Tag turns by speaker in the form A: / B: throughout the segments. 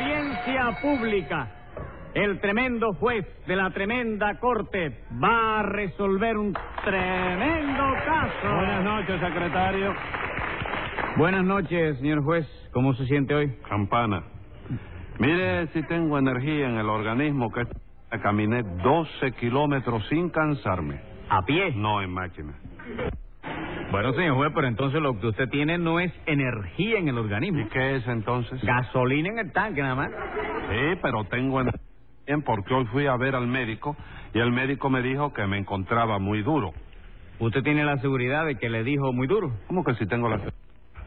A: Audiencia Pública. El tremendo juez de la tremenda corte va a resolver un tremendo caso.
B: Buenas noches, secretario.
A: Buenas noches, señor juez. ¿Cómo se siente hoy?
B: Campana. Mire si tengo energía en el organismo que caminé 12 kilómetros sin cansarme.
A: ¿A pie?
B: No en máquina.
A: Bueno, señor juez, pero entonces lo que usted tiene no es energía en el organismo.
B: ¿Y qué es entonces?
A: Gasolina en el tanque nada más.
B: Sí, pero tengo energía porque hoy fui a ver al médico y el médico me dijo que me encontraba muy duro.
A: Usted tiene la seguridad de que le dijo muy duro.
B: ¿Cómo que si tengo la...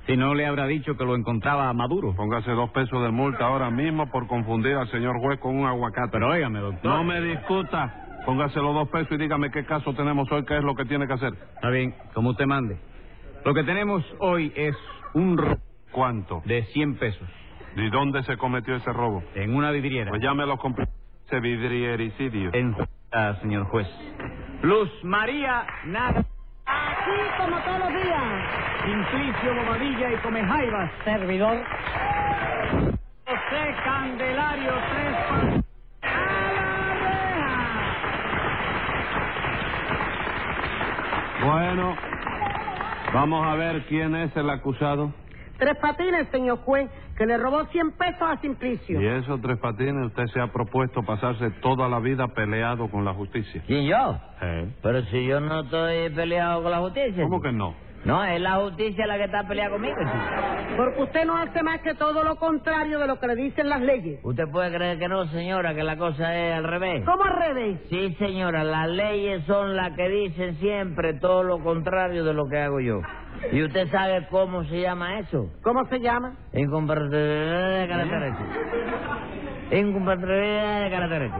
A: Si no le habrá dicho que lo encontraba maduro.
B: Póngase dos pesos de multa ahora mismo por confundir al señor juez con un aguacate.
A: Pero óigame, doctor.
B: No me discuta. Póngase los dos pesos y dígame qué caso tenemos hoy, qué es lo que tiene que hacer.
A: Está bien, como usted mande. Lo que tenemos hoy es un robo
B: ¿Cuánto?
A: de 100 pesos
B: ¿Y dónde se cometió ese robo?
A: en una vidriera.
B: Pues ya me lo compré. Ese vidriericidio.
A: En Ah, señor juez. Luz María Nada,
C: Aquí como todos los días.
A: Simplicio Bobadilla y Comejaivas.
C: Servidor.
A: José Candelario Tres Pan- ¡A
B: Bueno, vamos a ver quién es el acusado.
C: Tres patines, señor juez, que le robó 100 pesos a Simplicio.
B: Y eso, Tres Patines, usted se ha propuesto pasarse toda la vida peleado con la justicia.
D: ¿Y yo?
B: ¿Eh?
D: Pero si yo no estoy peleado con la justicia.
B: ¿Cómo
D: chico.
B: que no?
D: No, es la justicia la que está peleada conmigo, chico.
C: Porque usted no hace más que todo lo contrario de lo que le dicen las leyes.
D: ¿Usted puede creer que no, señora, que la cosa es al revés?
C: ¿Cómo al revés?
D: Sí, señora, las leyes son las que dicen siempre todo lo contrario de lo que hago yo. ¿Y usted sabe cómo se llama eso?
C: ¿Cómo se llama?
D: Incompatibilidad de
B: ¿Eh?
D: caracteres. Incompatibilidad de caracteres.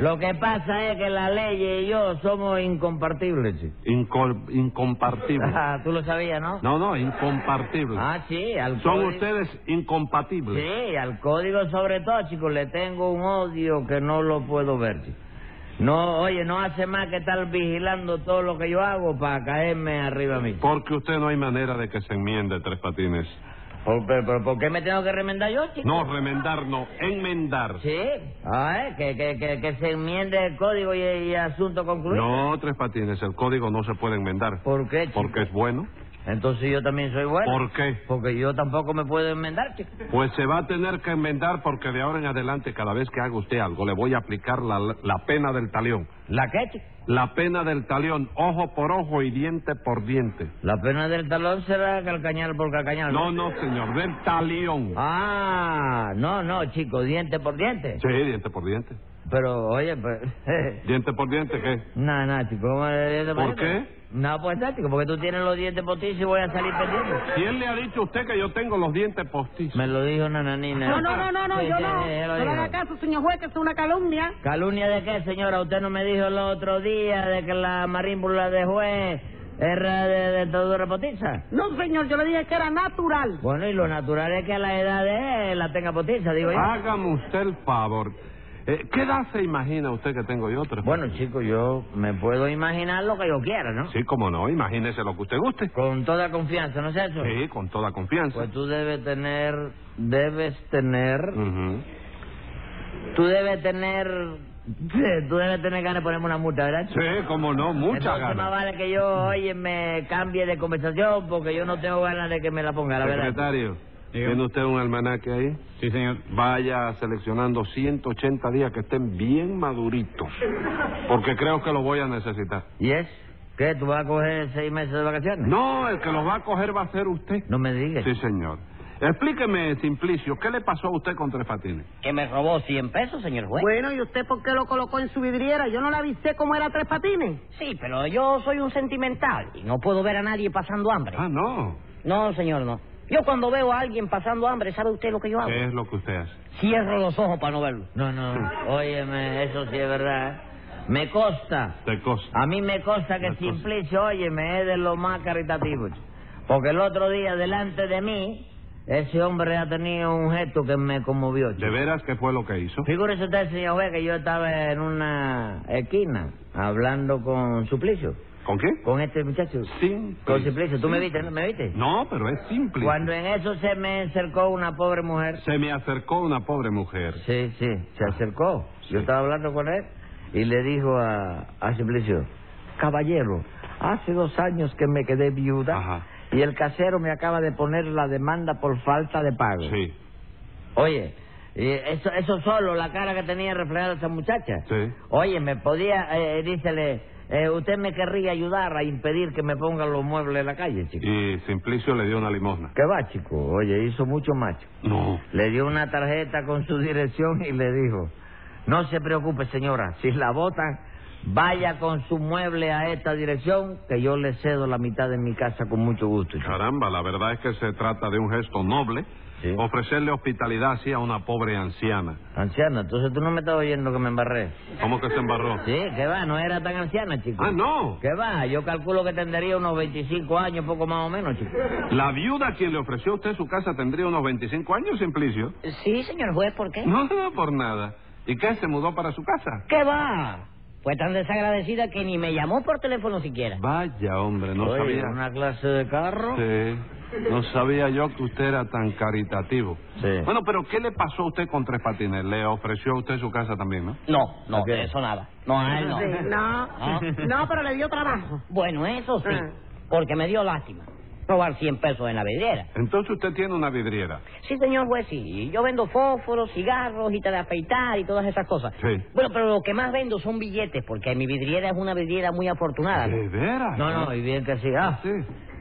D: Lo que pasa es que la ley y yo somos incompartibles, chico.
B: Incol- incompartible.
D: Ah, tú lo sabías, ¿no?
B: No, no, incompartible.
D: Ah, sí, al
B: Son
D: código-
B: ustedes incompatibles.
D: Sí, al código sobre todo, chicos, le tengo un odio que no lo puedo ver, chico. No, oye, no hace más que estar vigilando todo lo que yo hago para caerme arriba a mí. chico.
B: Porque usted no hay manera de que se enmiende, Tres Patines.
D: ¿Por, pero, pero ¿por qué me tengo que remendar yo, chico?
B: No, remendar no, enmendar.
D: Sí, ay, que, que, que, que se enmiende el código y, y asunto concluido.
B: No, Tres Patines, el código no se puede enmendar.
D: ¿Por qué, chico?
B: Porque es bueno.
D: Entonces yo también soy bueno.
B: ¿Por qué?
D: Porque yo tampoco me puedo enmendar, chico.
B: Pues se va a tener que enmendar porque de ahora en adelante cada vez que haga usted algo le voy a aplicar la, la pena del talión.
D: ¿La qué, chico?
B: La pena del talión, ojo por ojo y diente por diente.
D: La pena del talón será calcañar por calcañar.
B: No, no, señor, del talión.
D: Ah, no, no, chico, diente por diente.
B: Sí, diente por diente.
D: Pero, oye, pues...
B: ¿Diente por diente qué?
D: no, no, chico, ¿cómo le diente
B: ¿Por
D: diente?
B: qué?
D: No, pues no, chico, porque tú tienes los dientes postizos y voy a salir perdiendo.
B: ¿Quién le ha dicho a usted que yo tengo los dientes postizos?
D: Me lo dijo Nananina.
C: No, no, no, no, no,
D: Sí,
C: yo
D: sí,
C: no.
D: sí, él lo
C: No le haga
D: dijo.
C: caso, señor juez, que es una calumnia.
D: ¿Calumnia de qué, señora? Usted no me dijo el otro día de que la marímbula de juez era de, de todo repotiza.
C: No, señor, yo le dije que era natural.
D: Bueno, y lo natural es que a la edad de él la tenga potiza, digo yo.
B: Hágame usted el favor. Eh, ¿Qué edad se imagina usted que tengo yo? Tres
D: Bueno, chico, yo me puedo imaginar lo que yo quiera, ¿no?
B: Sí, como no, imagínese lo que usted guste.
D: Con toda confianza, ¿no es eso?
B: Sí, con toda confianza.
D: Pues tú debes tener, debes tener,
B: Ujú.
D: tú debes tener, tú debes tener ganas de ponerme una multa, ¿verdad? chico?
B: Sí, como no, mucha
D: Entonces, más
B: ganas.
D: vale que yo, oye, me cambie de conversación porque yo no tengo ganas de que me la ponga, la verdad.
B: Secretario,
A: Diga.
B: ¿tiene usted un almanaque ahí?
A: Sí, señor.
B: Vaya seleccionando 180 días que estén bien maduritos, porque creo que los voy a necesitar.
D: ¿Y es? ¿Qué? ¿Tú vas a coger seis meses de vacaciones?
B: No, el que los va a coger va a ser usted.
D: No me digas.
B: Sí, señor. Explíqueme, Simplicio, ¿qué le pasó a usted con Tres Patines?
D: Que me robó 100 pesos, señor
E: Pues.
D: juez.
C: Bueno, ¿y usted por qué lo colocó en su vidriera? Yo no le avisé cómo era tres patines.
D: Sí, pero yo soy un sentimental y no puedo ver a nadie pasando hambre.
B: Ah, no.
D: No, señor, no. Yo cuando veo a alguien pasando hambre, ¿sabe usted lo que yo hago?
B: ¿Qué es lo que usted hace?
D: Cierro los ojos para no verlo. No, no, óyeme, eso sí es verdad. ¿eh? Me consta
B: Te cosa.
D: A mí me consta que
B: Me consta.
D: Simplicio, óyeme, es de lo más caritativo. chico. Porque el otro día, delante de mí, ese hombre ha tenido un gesto que me conmovió. chico.
B: ¿De veras qué fue lo que hizo?
D: Figúrese usted, señor juez, que yo estaba en una esquina hablando con Suplicio.
B: ¿Con qué?
D: Con este muchacho.
B: Simple.
D: Con Simplicio. ¿Tú me viste? ¿no? ¿Me viste?
B: No, pero es simple.
D: Cuando en eso se me acercó una pobre mujer.
B: Se me acercó una pobre mujer.
D: Sí, sí, se acercó.
B: Sí.
D: Yo estaba hablando con él y le dijo a, a Simplicio, caballero, hace dos años que me quedé viuda
B: Ajá.
D: y el casero me acaba de poner la demanda por falta de pago.
B: Sí,
D: Oye, eh, eso, eso solo, la cara que tenía reflejada esa muchacha.
B: Sí.
D: Oye, me podía, eh, dícele, eh, usted me querría ayudar a impedir que me pongan los muebles en la calle, chico.
B: Y Simplicio le dio una limosna.
D: ¿Qué va, chico? Oye, hizo mucho macho.
B: No.
D: Le dio una tarjeta con su dirección y le dijo, no se preocupe señora, si la botan, vaya con su mueble a esta dirección, que yo le cedo la mitad de mi casa con mucho gusto. chico".
B: Caramba, la verdad es que se trata de un gesto noble.
D: Sí.
B: Ofrecerle hospitalidad así a una pobre anciana.
D: Anciana, entonces tú no me estás oyendo que me embarré.
B: ¿Cómo que se embarró?
D: Sí, que va, no era tan anciana, chico.
B: Ah, no.
D: ¿Qué va? Yo calculo que tendría unos 25 años, poco más o menos, chico.
B: La viuda quien le ofreció a usted su casa tendría unos 25 años, Simplicio.
E: Sí, señor juez, ¿por
D: ¿Eh?
E: qué?
B: No, no, por nada. ¿Y qué? ¿Se mudó para su casa?
E: ¿Qué va? Fue tan desagradecida que ni me llamó por teléfono siquiera.
B: Vaya, hombre, no
D: Oye,
B: sabía.
D: una clase de carro.
B: Sí, no sabía yo que usted era tan caritativo.
D: Sí.
B: Bueno, pero ¿qué le pasó a usted con Tres Patines? Le ofreció a usted su casa también, ¿no?
E: No, no,
D: Ok.
E: de eso nada. No, a él no.
C: Sí,
E: ¿Ah?
C: no, no, pero le dio trabajo.
E: Bueno, eso sí,
C: Ah.
E: porque me dio lástima robar 100 pesos en la vidriera.
B: Entonces usted tiene una vidriera.
E: Sí, señor juez, sí. Yo vendo fósforos, cigarros, y de afeitar y todas esas cosas.
B: Sí.
E: Bueno, pero lo que más vendo son billetes, porque mi vidriera es una vidriera muy afortunada.
B: ¿De veras?
D: No, no, y bien que sí.
B: Ah,
D: Ah,
B: sí.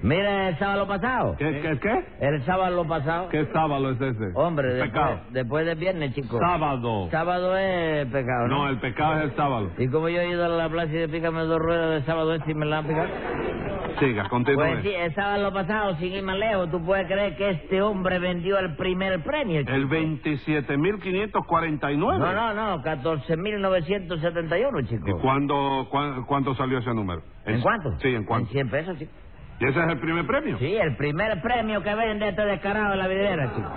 D: mira el sábado pasado.
B: ¿Qué, qué, qué?
D: El sábado pasado.
B: ¿Qué sábado es ese?
D: Hombre,
B: Pecado.
D: después, después del viernes, chico.
B: Sábado.
D: Sábado es pecado, ¿no?
B: No, el pecado es el sábado.
D: Y como yo he ido a la plaza y de pícame dos ruedas de sábado este y me la han picado.
B: Siga,
D: Pues
B: continúe.
D: sí, el sábado pasado, sin ir más lejos, tú puedes creer que este hombre vendió el primer premio. chico?
B: El 27.549.
D: No, no, no, 14.971, chico.
B: eh. ¿Y cuándo, cuán- cuánto salió ese número?
D: ¿En cuánto?
B: Sí, en cuánto.
D: En 100 pesos, chico.
B: ¿Y ese es el primer premio?
D: Sí, el primer premio que vende este descarado de la vidriera, chico.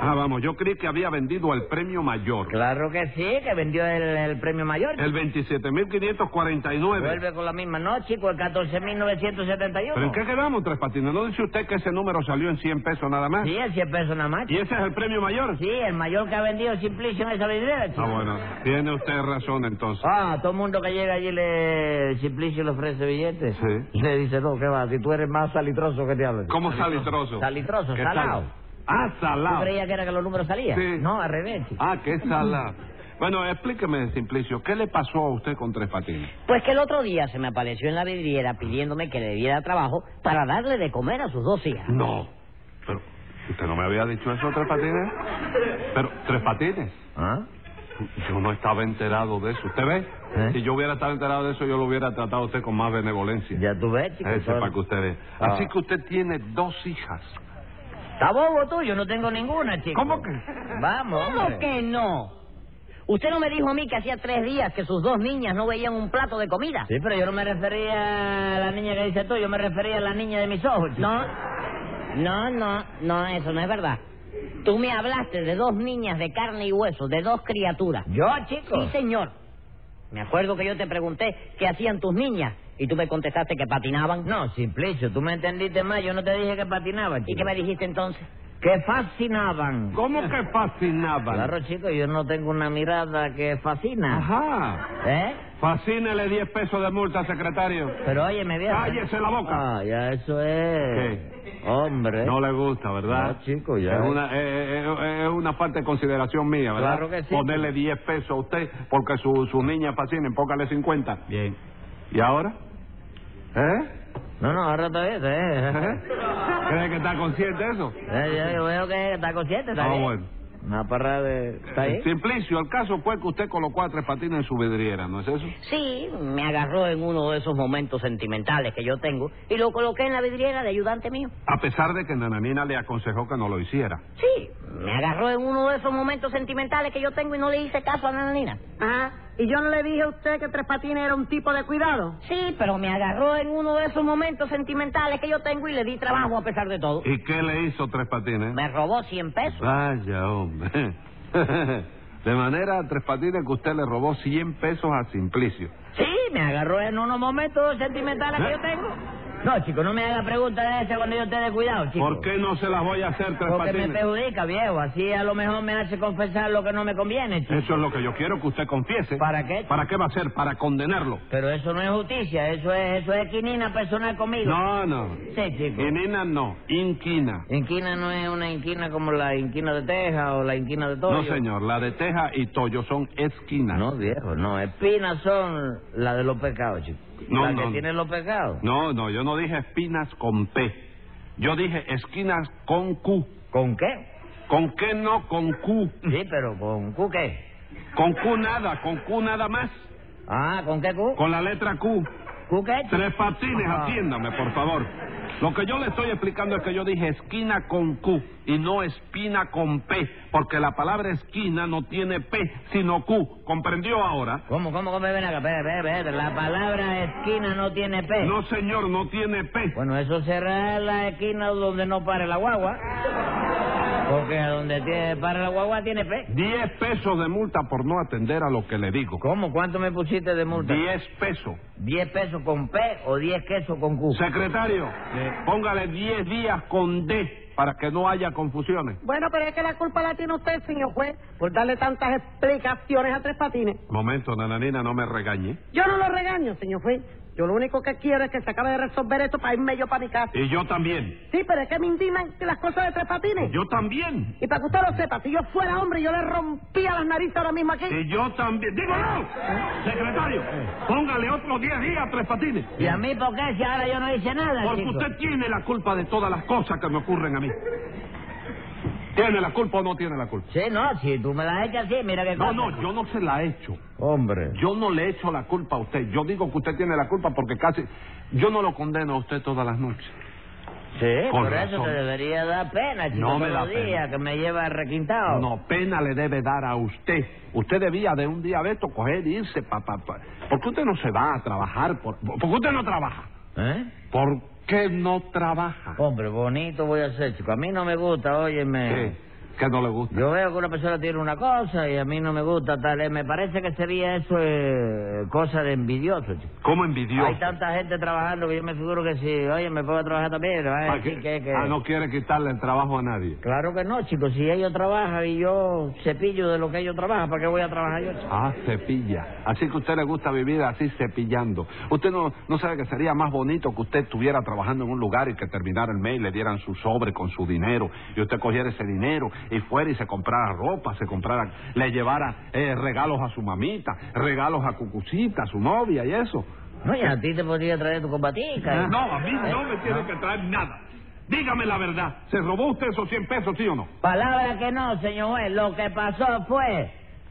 B: Ah, vamos, yo creí que había vendido el premio mayor.
D: Claro que sí, que vendió el, el premio mayor. chico.
B: El 27.549.
D: Vuelve con la misma, no, chico, el 14.971.
B: ¿Pero en qué quedamos, Tres Patines? ¿No dice usted que ese número salió en 100 pesos nada más?
D: Sí, el 100 pesos nada más.
B: ¿Y ese es el premio mayor?
D: Sí, el mayor que ha vendido Simplicio en esa vidriera, chico.
B: Ah, bueno, tiene usted razón entonces.
D: Ah, todo el mundo que llega allí le... Simplicio le ofrece billetes.
B: Sí.
D: Le dice, no, ¿qué va? Si tú eres más salitroso que te hablas.
B: ¿Cómo salitroso?
D: Salitroso,
B: ¿Qué
D: salado.
B: sal- Ah,
D: ¿Tú
B: salado.
D: creías que era que los números salían?
B: Sí.
D: No, al revés, chico.
B: Ah, qué salado. Bueno, explíqueme, Simplicio, ¿qué le pasó a usted con Tres Patines?
E: Pues que el otro día se me apareció en la vidriera pidiéndome que le diera trabajo para darle de comer a sus dos hijas.
B: No. Pero, ¿usted no me había dicho eso, Tres Patines? Pero, ¿Tres Patines?
D: ¿Ah?
B: Yo no estaba enterado de eso. ¿Usted ve?
D: ¿Eh?
B: Si yo hubiera estado enterado de eso, yo lo hubiera tratado a usted con más benevolencia.
D: Ya tú ves, chico.
B: Ese
D: todo-
B: para que usted vea.
D: Ah.
B: Así que usted tiene dos hijas.
D: Está bobo tú, yo no tengo ninguna, chico.
B: ¿Cómo que?
D: Vamos,
E: ¿Cómo
D: hombre.
E: que no? Usted no me dijo a mí que hacía tres días que sus dos niñas no veían un plato de comida.
D: Sí, pero yo no me refería a la niña que dices tú, yo me refería a la niña de mis ojos. chico.
E: No, no, no, no, eso no es verdad. Tú me hablaste de dos niñas de carne y hueso, de dos criaturas.
D: ¿Yo, chico?
E: Sí, señor. Me acuerdo que yo te pregunté qué hacían tus niñas y tú me contestaste que patinaban.
D: No, Simplicio, tú me entendiste más, yo no te dije que patinaba, chico.
E: ¿Y qué me dijiste entonces?
D: Que fascinaban.
B: ¿Cómo que fascinaban?
D: Claro, chico, yo no tengo una mirada que fascina.
B: Ajá.
D: ¿Eh?
B: Fascínele 10 pesos de multa, secretario.
D: Pero oye, me viejo.
B: Cállese la boca.
D: Ah, ya eso es. Hombre.
B: No le gusta, ¿verdad?
D: No, chico, ya.
B: Es una, eh, eh, eh, es una falta de consideración mía, ¿verdad?
D: Claro que sí.
B: Ponerle 10 pesos a usted porque su- sus niñas fascinen, póngale 50.
A: Bien.
B: ¿Y ahora? ¿Eh?
D: No, no, ahora todavía está,
B: ¿Eh?
D: ¿eh?
B: ¿Cree que está consciente de eso?
D: Eh, ya, yo veo que está consciente, ¿está
B: Ah,
D: bien?
B: bueno.
D: Una parra de... ¿Está ahí?
B: Simplicio, el caso fue que usted colocó a Tres Patines en su vidriera, ¿no es eso?
E: Sí, me agarró en uno de esos momentos sentimentales que yo tengo y lo coloqué en la vidriera de ayudante mío.
B: A pesar de que Nananina le aconsejó que no lo hiciera.
E: Sí, me agarró en uno de esos momentos sentimentales que yo tengo y no le hice caso a Nananina.
C: Ajá. Y yo no le dije a usted que Tres Patines era un tipo de cuidado.
E: Sí, pero me agarró en uno de esos momentos sentimentales que yo tengo y le di trabajo a pesar de
D: Oh.
E: todo.
B: ¿Y qué le hizo Tres Patines?
E: Me robó 100 pesos.
B: Vaya, hombre. De manera, Tres Patines, que usted le robó 100 pesos a Simplicio.
E: Sí, me agarró en unos momentos sentimentales
B: ¿Eh?
E: que yo tengo. No, chico, no me haga preguntas de esas cuando yo esté descuidado, chico.
B: ¿Por qué no se las voy a hacer, Tres
E: pues. Porque me
B: Patines?
E: perjudica, viejo. Así a lo mejor me hace confesar lo que no me conviene, chico.
B: Eso es lo que yo quiero que usted confiese.
E: ¿Para qué?
B: Eh, ¿Para qué va a ser? Para condenarlo.
E: Pero eso no es justicia, eso es eso es quinina personal conmigo.
B: No, no.
E: Sí, chico.
B: Inina no, inquina.
E: Inquina no es una inquina como la inquina de Texas o la inquina de Toyo.
B: No, señor, la de Teja y Toyo son esquinas.
D: No, viejo, no. Espinas son las de los pecados, chico.
B: No,
D: las
B: no,
D: que
B: no.
D: tienen los pecados.
B: No, no, yo no dije espinas con P. Yo dije esquinas con Q.
D: ¿Con qué?
B: ¿Con qué no? Con Q.
D: Sí, pero ¿con Q qué?
B: Con Q nada, con Q nada más.
D: Ah, ¿con qué Q?
B: Con la letra Q.
D: ¿Q qué, chico?
B: Tres patines,
D: Ah.
B: atiéndame, por favor. Lo que yo le estoy explicando es que yo dije esquina con Q y no espina con P, porque la palabra esquina no tiene P, sino Q. ¿Comprendió ahora?
D: ¿Cómo, cómo, cómo? Ven acá, ven, ven, ven. La palabra esquina no tiene P.
B: No, señor, no tiene P.
D: Bueno, eso será la esquina donde no pare la guagua. Porque donde tiene, para la guagua tiene P.
B: Diez pesos de multa por no atender a lo que le digo.
D: ¿Cómo? ¿Cuánto me pusiste de multa?
B: Diez pesos.
D: ¿Diez pesos con P o diez quesos con Q?
B: Secretario, póngale diez días con D para que no haya confusiones.
C: Bueno, pero es que la culpa la tiene usted, señor juez, por darle tantas explicaciones a Tres Patines.
B: Momento, nananina, no me regañe.
C: Yo no lo regaño, señor juez. Yo lo único que quiero es que se acabe de resolver esto para irme yo para mi casa.
B: Y yo también.
C: Sí, pero es que me indignan que las cosas de Tres Patines.
B: Yo también.
C: Y para que usted lo sepa, si yo fuera hombre, yo le rompía las narices ahora mismo aquí.
B: Y yo también. Digo no. Secretario, póngale otros diez días a Tres Patines.
E: ¿Y a mí por qué si ahora yo no hice
D: Ah,
E: nada,
B: Porque
E: chico?
B: usted tiene la culpa de todas las cosas que me ocurren a mí. ¿Tiene la culpa o no tiene la culpa?
E: Sí, no, si tú me la echas así, mira que
B: No, no, yo no se la he hecho.
D: Hombre.
B: Yo no le echo la culpa a usted. Yo digo que usted tiene la culpa porque casi. Yo no lo condeno a usted todas las noches.
D: Sí,
B: Con
D: por eso
B: razón.
D: te debería dar pena, chico.
B: No me
D: todos
B: da
D: los días
B: pena.
D: que me lleva requintado.
B: No, pena le debe dar a usted. Usted debía de un día de esto coger y irse pa, pa, pa. ¿Por qué usted no se va a trabajar? ¿Por, por qué usted no trabaja?
D: ¿Eh?
B: ¿Por qué no trabaja?
D: Hombre, bonito voy a ser, chico. A mí no me gusta, óyeme.
B: ¿Qué? ¿Qué no le gusta?
D: Yo veo que una persona tiene una cosa y a mí no me gusta tal. eh, Me parece que sería eso eh, cosa de envidioso, chico.
B: ¿Cómo envidioso?
D: Hay tanta gente trabajando que yo me figuro que si, oye, me puedo trabajar también, le van a
B: Ah,
D: decir
B: que-
D: que- que-
B: ah, no quiere quitarle el trabajo a nadie.
D: Claro que no, chicos, si ellos trabajan y yo cepillo de lo que ellos trabajan, ¿para qué voy a trabajar yo? chico?
B: Ah, cepilla. Así que a usted le gusta vivir así cepillando. Usted no, no sabe que sería más bonito que usted estuviera trabajando en un lugar y que terminara el mes y le dieran su sobre con su dinero. Y usted cogiera ese dinero y fuera y se comprara ropa, se comprara, le llevara eh, regalos a su mamita, regalos a Cucucita, a su novia y eso.
D: No, y a ti te podría traer tu combatica.
B: Ah, No, a mí no me tiene que traer nada. Dígame la verdad. ¿Se robó usted esos 100 pesos, sí o no?
D: Palabra que no, señor juez. Lo que pasó fue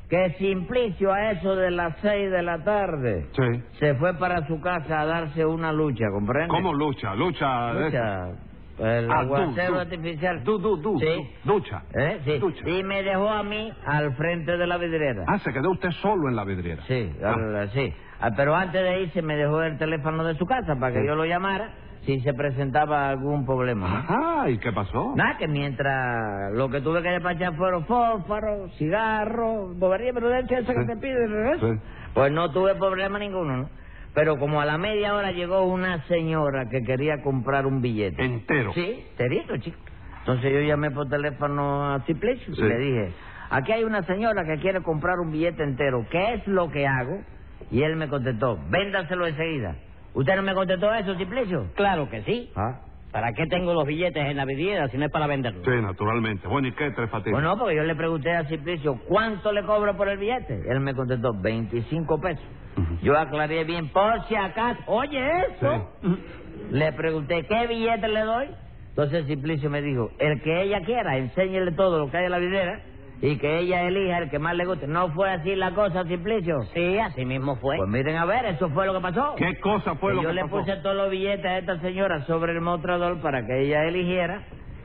D: que Simplicio a eso de las seis de la tarde
B: Sí.
D: se fue para su casa a darse una lucha, ¿comprende?
B: ¿Cómo lucha? Lucha. de-
D: Lucha. El
B: Ah, du-
D: aguacero
B: du-
D: artificial.
B: Du, du, du,
D: Sí.
B: du- ducha.
D: ¿Eh? Sí.
B: Ducha.
D: Y me dejó a mí al frente de la vidriera.
B: Ah, se quedó usted solo en la vidriera.
D: Sí,
B: Ah,
D: al- sí. Ah, Pero antes de irse me dejó el teléfono de su casa para que yo lo llamara si se presentaba algún problema. ¿no?
B: Ajá, ¿y qué pasó?
D: Nada, que mientras lo que tuve que despachar fueron fósforos, cigarros, bobería, pero de esa que
B: Sí.
D: te piden, ¿verdad?
B: Sí.
D: Pues no tuve problema ninguno, ¿no? Pero como a la media hora llegó una señora que quería comprar un billete.
B: Entero.
D: Sí, terito, chico. Entonces yo llamé por teléfono a Ciplicio
B: Sí.
D: y le dije, aquí hay una señora que quiere comprar un billete entero, ¿qué es lo que hago? Y él me contestó, véndaselo enseguida. ¿Usted no me contestó eso, Ciplicio?
E: Claro que sí.
D: Ah.
E: ¿Para qué tengo los billetes en la vidriera si no es para venderlos?
B: Sí, naturalmente. Bueno, ¿y qué, Tres Patines?
D: Bueno, porque yo le pregunté a Ciplicio, ¿cuánto le cobro por el billete? Él me contestó, 25 pesos.
B: Ujú.
D: Yo aclaré bien, por si acaso, oye eso. Le pregunté, ¿qué billete le doy? Entonces Simplicio me dijo, el que ella quiera, enséñele todo lo que hay en la videra y que ella elija el que más le guste. ¿No fue así la cosa, Simplicio?
E: Sí, así mismo fue.
D: Pues miren, a ver, eso fue lo que pasó.
B: ¿Qué cosa fue
D: Que
B: lo
D: yo
B: que
D: le
B: pasó?
D: puse todos los billetes a esta señora sobre el mostrador para que ella eligiera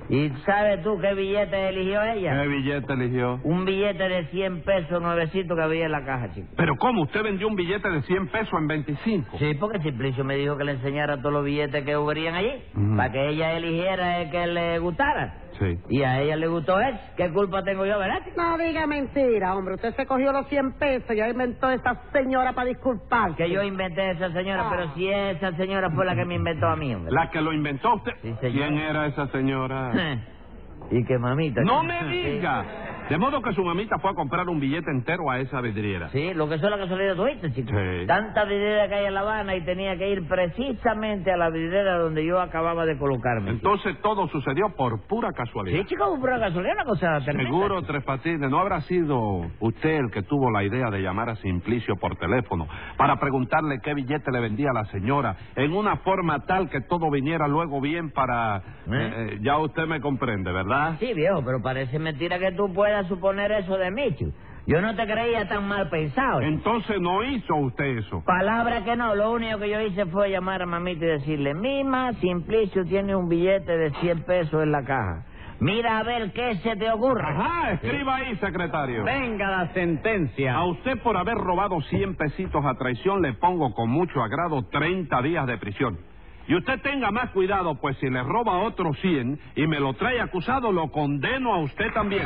D: ¿Y sabes tú qué billete eligió ella?
B: ¿Qué billete eligió?
D: Un billete de 100 pesos nuevecito que había en la caja, chico.
B: Pero ¿cómo? ¿Usted vendió un billete de 100 pesos en 25?
D: Sí, porque Simplicio me dijo que le enseñara todos los billetes que hubieran allí,
B: Mm.
D: para que ella eligiera el que le gustara.
B: Sí.
D: Y a ella le gustó él. ¿Qué culpa tengo yo, verdad? chico?
C: No diga mentira, hombre. Usted se cogió los 100 pesos y ahí inventó esa señora para disculparse.
D: Que yo inventé a esa señora,
C: Ah.
D: pero si esa señora fue la que me inventó a mí, hombre.
B: La que lo inventó usted.
D: Sí, señor.
B: ¿Quién era esa señora?
D: y que mamita.
B: no
D: chico.
B: me
D: Sí.
B: diga. De modo que su mamita fue a comprar un billete entero a esa vidriera.
D: Sí, lo que son las casualidades tuviste, chico.
B: Sí.
D: Tanta vidriera que hay en La Habana y tenía que ir precisamente a la vidriera donde yo acababa de colocarme. chico.
B: Entonces todo sucedió por pura
D: Sí,
B: casualidad.
D: chico, pero la casualidad es una cosa tremenda.
B: Seguro, Tres Patines, ¿no habrá sido usted el que tuvo la idea de llamar a Simplicio por teléfono para preguntarle qué billete le vendía la señora en una forma tal que todo viniera luego bien para...
D: ¿Eh?
B: Eh, ya usted me comprende, ¿verdad?
D: Sí, viejo, pero parece mentira que tú puedas suponer eso de mí, chico. Yo no te creía tan mal pensado. chico.
B: Entonces no hizo usted eso.
D: Palabra que no, lo único que yo hice fue llamar a mamita y decirle, Mima, Simplicio tiene un billete de 100 pesos en la caja. Mira a ver qué se te ocurre.
B: Ajá, Ah, escriba ahí, secretario.
A: Venga la sentencia.
B: A usted por haber robado 100 pesitos a traición le pongo con mucho agrado 30 días de prisión. Y usted tenga más cuidado, pues si le roba otro 100 y me lo trae acusado, lo condeno a usted también.